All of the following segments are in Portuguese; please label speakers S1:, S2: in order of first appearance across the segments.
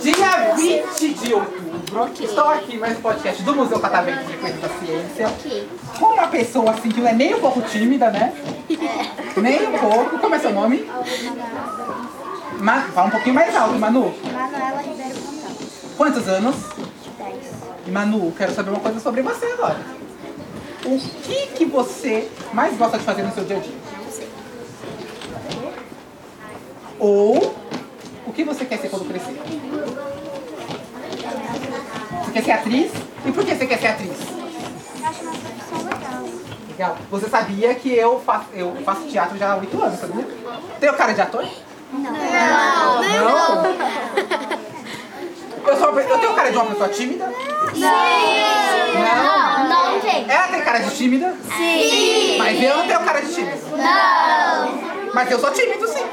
S1: Dia 20 de outubro, estou aqui mais um podcast do Museu Catavento de Coisa da Ciência. Com uma pessoa assim que não é nem um pouco tímida, né? Nem um pouco. Como é seu nome? Ma Fala um pouquinho mais alto, Manu.
S2: Manuela Ribeiro Pontal,
S1: Quantos anos?
S2: 10.
S1: E Manu, quero saber uma coisa sobre você agora. O que, que você mais gosta de fazer no seu dia a dia?
S2: Não sei.
S1: Ou o que você quer ser quando crescer? Você quer ser atriz? E por que você quer ser atriz?
S2: Eu acho uma profissão legal.
S1: Legal. Você sabia que eu faço, eu faço teatro já há oito anos, sabia? Tenho cara de ator? Não. Não? Eu, sou, uma pe- eu tenho cara de uma pessoa tímida? Não.
S3: Não tem.
S1: Ela tem cara de tímida? Sim. Mas eu não tenho cara de tímida? Não. Ah. Mas eu sou tímido, sim.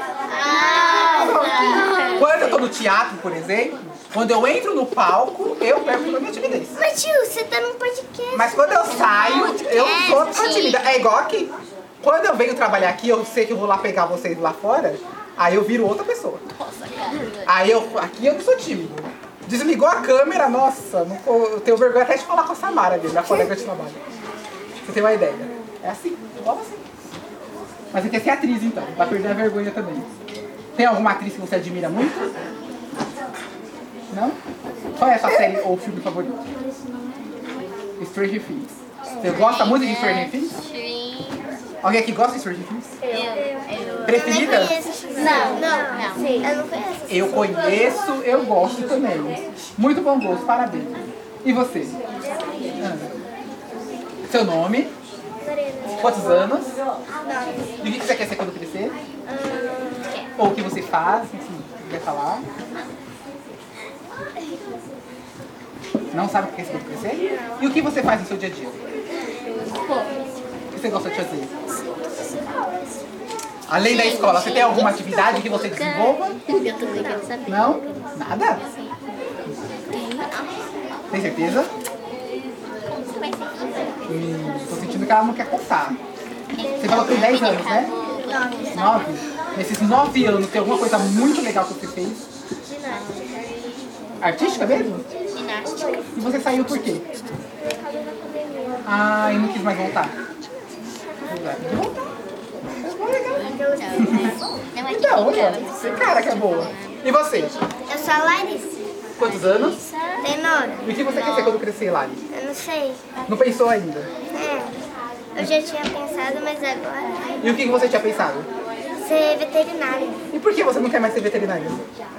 S1: Quando eu tô no teatro, por exemplo, quando eu entro no palco, eu perco toda a minha timidez.
S3: Mas tio, você tá num podcast.
S1: Mas quando eu saio, eu sou tão tímida. É igual aqui. Quando eu venho trabalhar aqui, eu sei que eu vou lá pegar vocês lá fora, aí eu viro outra pessoa. Aí eu, aqui eu que sou tímido. Desligou a câmera, nossa, não co- eu tenho vergonha até de falar com a Samara ali, minha colega de trabalho. Você tem uma ideia. É assim, igual assim. Mas você quer ser atriz então, pra perder a vergonha também. Tem alguma atriz que você admira muito? Não? Qual é a sua série ou filme favorito? Stranger Things. Você gosta Tá muito de Stranger Things? Alguém aqui gosta de Stranger Things?
S3: Eu.
S1: Preferida?
S3: Não, não, não. Eu não conheço.
S1: Eu conheço, eu gosto também. Muito bom gosto, parabéns. E você? Ah. Seu nome? Quantos anos? E o que você quer ser quando crescer? Ou o que você faz? Assim, quer falar? Não sabe o que quer ser quando crescer? E o que você faz no seu dia a dia? O que você gosta de fazer? Além da escola, você tem alguma atividade que você desenvolva?
S3: Eu também quero saber.
S1: Não? Nada? Tem certeza? Hum, tô sentindo que ela não quer contar. Você falou que tem 10 anos, né? 9? Nesses 9 anos tem alguma coisa muito legal que você fez? Artística mesmo?
S3: Ginástica.
S1: E você saiu por quê? Ah, e não quis mais voltar. Vai voltar. Mas foi legal.
S3: Não é
S1: Então, olha, esse cara que é boa. E você?
S2: Eu sou a Larissa.
S1: Quantos anos?
S2: Tem nome?
S1: E o que você quer ser quando crescer, Lari?
S2: Eu não sei.
S1: Não pensou ainda?
S2: É. Eu já tinha pensado, mas agora.
S1: E o que que você tinha pensado?
S2: Ser veterinária.
S1: E por que você não quer mais ser veterinário?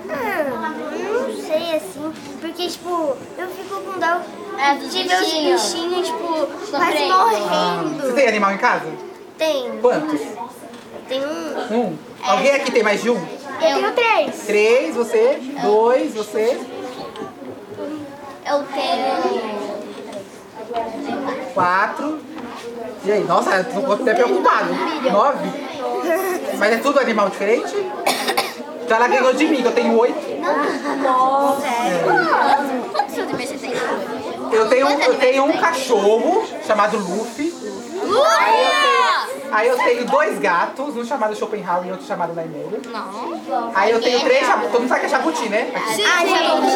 S2: Ah, não sei assim. Porque, tipo, eu fico com dó
S3: É,
S2: de
S3: dos
S2: ver os
S3: bichinhos.
S2: bichinhos, tipo, quase
S3: Sofrendo.
S1: Você
S2: morrendo.
S1: tem animal em casa?
S2: Tem.
S1: Quantos?
S2: Tem um.
S1: Um? Alguém aqui tem mais de um?
S2: Eu tenho três.
S1: Três, você? Dois, você?
S3: Eu tenho.
S1: Quatro? E aí? Nossa, eu tô até preocupado. Nove? Mas é tudo animal diferente? Então ela ganhou de mim, que eu tenho oito.
S3: Quantos animais você tem?
S1: Eu tenho, eu tenho um cachorro chamado Luffy. Aí eu tenho dois gatos, um chamado Schopenhauer e outro chamado Naimeiro.
S3: Não.
S1: Aí eu tenho três jabutis. Todo mundo sabe que é jabuti, né? Aqui.
S3: Ah, já voltou.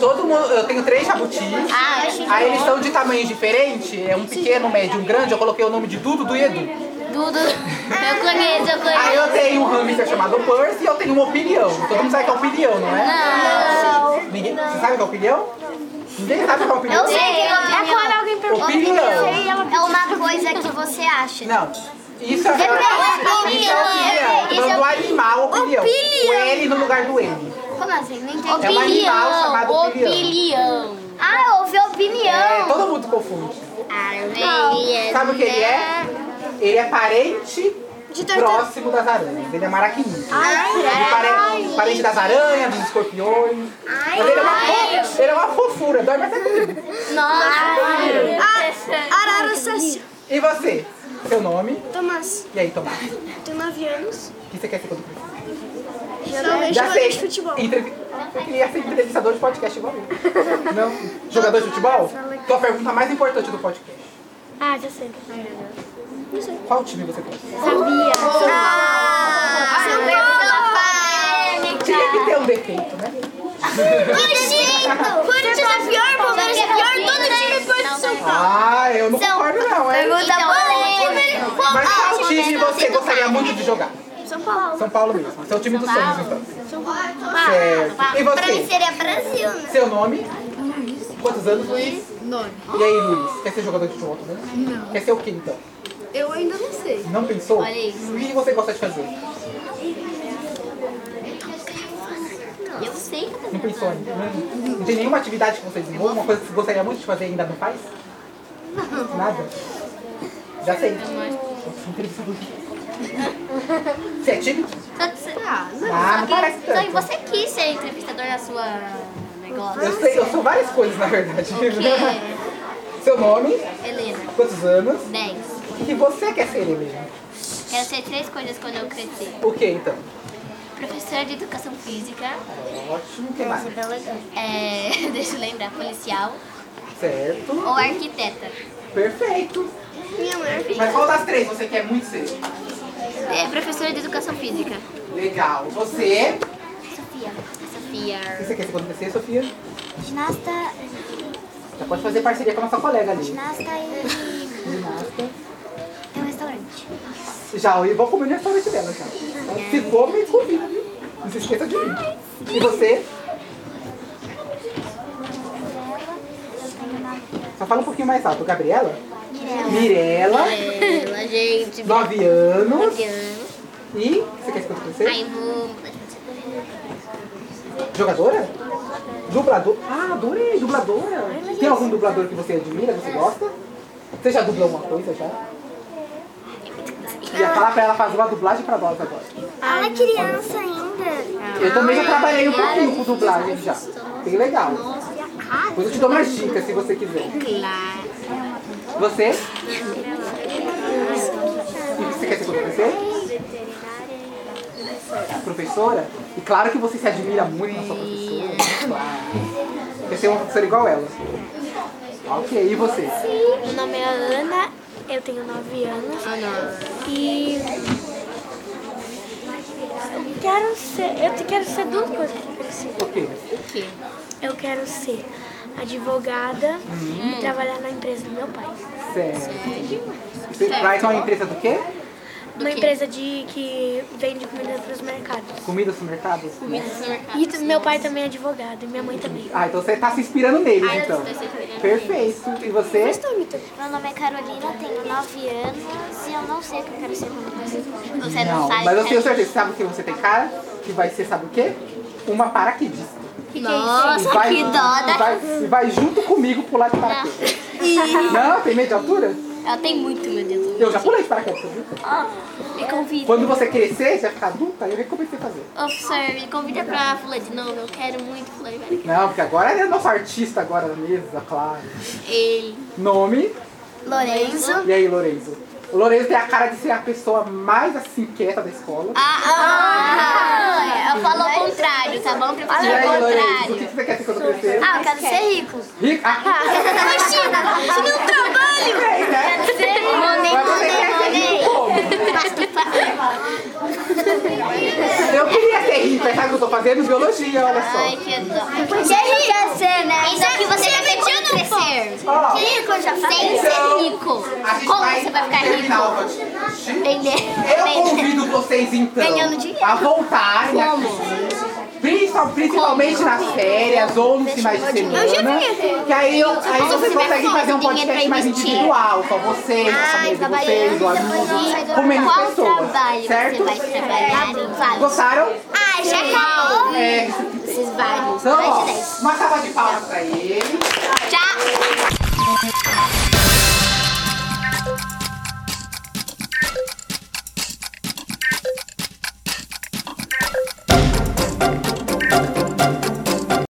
S1: Todo mundo, eu tenho três jabutis.
S3: Ah, eu achei
S1: Aí eles são de tamanho diferente, é um pequeno, um médio, um grande, eu coloquei o nome de Dudu do Edu.
S3: Dudu. Eu conheço, eu
S1: Aí
S3: conheço.
S1: eu tenho um hamster chamado Percy e eu tenho uma opinião. Todo mundo sabe que é opinião, não é?
S3: Não.
S1: Ninguém, você sabe o que é opinião? Ninguém sabe o que é opinião?
S3: Eu sei que é
S2: É quando alguém pergunta.
S1: Opinião.
S3: É uma coisa que você acha.
S1: Não. Isso é
S3: Não é
S1: Isso é
S3: opinião.
S1: opinião. Quando o animal, opinião. O L no lugar do N.
S3: Como assim? Não entendi.
S1: É um animal chamado opinião.
S3: opinião. Ah, houve opinião.
S1: É, todo mundo confunde.
S3: Areia.
S1: Sabe o que ele
S3: né?
S1: é? Ele é parente próximo das aranhas. Ele é maraquininho. Ele é pare- parente das aranhas, dos escorpiões. Mas ele é uma, fo... ele é uma fofura, dorme até comigo.
S3: Nossa.
S2: Ah, Arara social.
S1: E você? Seu nome?
S4: Tomás,
S1: E aí, Tomás?
S4: tenho 9 anos.
S1: O que você quer ser quando crescer?
S4: Geralmente jogador de futebol.
S1: Entrevi... Eu queria ser entrevistador de podcast igual eu. Não? Jogador de futebol? Tua pergunta mais importante do podcast.
S2: Ah, já sei.
S1: Qual time você torce? Ah.
S3: Ah,
S1: Tinha que ter um defeito, né?
S3: é
S1: Ah, eu não concordo não, é?
S3: Então,
S1: Mas
S3: Ah,
S1: qual time você gostaria muito de jogar?
S4: São Paulo.
S1: São Paulo mesmo. é Seu time dos sonhos, então. Certo. E
S3: assim, Pra mim
S1: você?
S3: seria Brasil, né?
S1: Seu nome? Quantos anos, Luiz?
S5: Nove.
S1: E aí, Luiz? Quer ser jogador de futebol também? Não. Quer ser o quê, então?
S5: Eu ainda não sei.
S1: Não pensou?
S3: Olha isso.
S1: O que você gosta de fazer?
S3: Eu sei que
S1: Não pensou ainda? né? Não tem nenhuma atividade que você desenvolva? Uma coisa que você gostaria muito de fazer e ainda não faz? Nada? Já sei. Entrevistador. Você é tímido?
S3: Só que você. Ah, não.
S1: Ah,
S3: só,
S1: não
S3: que,
S1: parece
S3: só
S1: tanto.
S3: que você quis ser entrevistador na sua negócio.
S1: Eu sei, eu sou várias coisas, na verdade.
S3: Que,
S1: Seu nome?
S3: Helena,
S1: Quantos anos?
S3: 10.
S1: O que você quer ser, Helena?
S3: Quero ser três coisas quando eu crescer.
S1: O que, então?
S3: Professora de educação física.
S1: Ótimo, que mais?
S2: então
S3: É, deixa eu lembrar, policial.
S1: Certo.
S3: Ou arquiteta.
S1: Perfeito.
S4: Minha mãe.
S1: Mas qual das três você quer muito ser?
S3: É, professora de educação física.
S1: Legal. Você?
S3: Sofia. Sofia.
S1: O que você quer ser quando crescer, Sofia?
S2: Ginasta,
S1: Já pode fazer parceria com a nossa colega ali.
S2: ginasta e tem um restaurante.
S1: Já, e vou comer no restaurante dela já. Então, se for, me convida, viu? Não se esqueça de mim. E você?
S2: Eu tenho nove
S1: Só fala um pouquinho mais alto. Gabriela? Mirela.
S3: Ela, gente.
S1: Nove anos.
S3: Brian.
S1: E você quer escutar você?
S3: Ai, vou.
S1: Jogadora? Dublador? Ah, adorei, dubladora. Tem algum dublador que você admira, que você gosta? Você já dublou uma coisa já? Ia falar pra ela fazer uma dublagem pra nós agora.
S2: Ela é criança ainda.
S1: Eu também já trabalhei um pouquinho com dublagem já. Bem legal. Depois eu te dou mais dicas se você quiser.
S3: Claro.
S1: Você? E você quer ser professor? Professora? E claro que você se admira muito na sua professora. né? Claro. Quer ser uma professora igual ela. Ok, e você?
S4: Meu nome é Ana, eu tenho 9 anos. E. Eu quero ser. Eu quero ser duas coisas que eu quero ser.
S1: Ok.
S3: O quê?
S4: Eu quero ser advogada
S1: Hum.
S4: e trabalhar na empresa do meu pai.
S1: Certo. Você traz uma empresa do quê?
S4: Uma empresa de que vende comida nos mercados.
S1: Comida no mercado?
S4: E t- meu pai também é advogado e minha mãe também.
S1: Ah, então você tá se inspirando neles, então.
S3: tá se inspirando
S1: Perfeito. E você?
S2: Meu nome é Carolina, tenho 9 anos e eu não sei o que eu quero ser quando crescer.
S3: Você não,
S1: Não,
S3: sabe. é
S1: mas eu tenho
S3: cara.
S1: certeza. Sabe o que você tem cara? Que vai ser, sabe o quê? Uma paraquedista. E
S3: Nossa,
S1: vai,
S3: que dó né?
S1: e
S3: da
S1: vai, e vai junto comigo pular de paraquedas. Não, tem medo de altura?
S3: Ela tem muito, meu Deus. do
S1: Eu já pulei de paraquedas, viu?
S3: céu. Me convida.
S1: Quando você crescer, já ficar adulta, eu recomecei a fazer.
S3: Ô, professor, me convida pra Fula de novo. Eu quero muito Fula de Maracanã.
S1: Não, porque agora é nosso artista agora na mesa, claro.
S3: Ele.
S1: Nome?
S3: Lorenzo.
S1: E aí, Lorenzo? O Lorenzo tem a cara de ser a pessoa mais assim quieta da escola.
S3: Ah, ah, eu falo ao contrário, tá bom, professor?
S1: e aí,
S3: Ao
S1: Lorenzo, o que
S3: contrário.
S1: que você quer ser quando crescer?
S3: Ah, eu quero ser rico.
S1: Rico? Ah,
S3: Imagina, se não trabalho.
S1: bem, né?
S3: Money,
S1: Mas você quer ser
S3: money,
S1: rico como? Eu queria ser rica, sabe o que eu tô fazendo? Biologia, olha
S3: Ai,
S1: só.
S3: que dó. Ser rico quer ser, né? Então que você vai crescer.
S1: Ó,
S3: Rico, já falei. Sem ser
S1: Então,
S3: rico.
S1: a gente
S3: Como
S1: vai
S3: você vai ficar
S1: terminar o
S3: rico?
S1: podcast.
S3: Vender.
S1: Eu convido vocês então
S3: Ganhando dinheiro.
S1: a voltarem aqui. Principal- Principalmente nas férias ou nos finais de semana. Que aí, eu, aí vocês conseguem fazer um podcast mais individual, só vocês, a família de vocês, o amigo, com menos
S3: Qual
S1: pessoas.
S3: trabalho você
S1: Certo?
S3: vai trabalhar em vários?
S1: Gostaram?
S3: Ah, já acabou.
S1: É,
S3: Esses vários.
S1: então,
S3: Mais de
S1: ó,
S3: 10.
S1: uma salva de palmas pra ele.
S3: Tchau.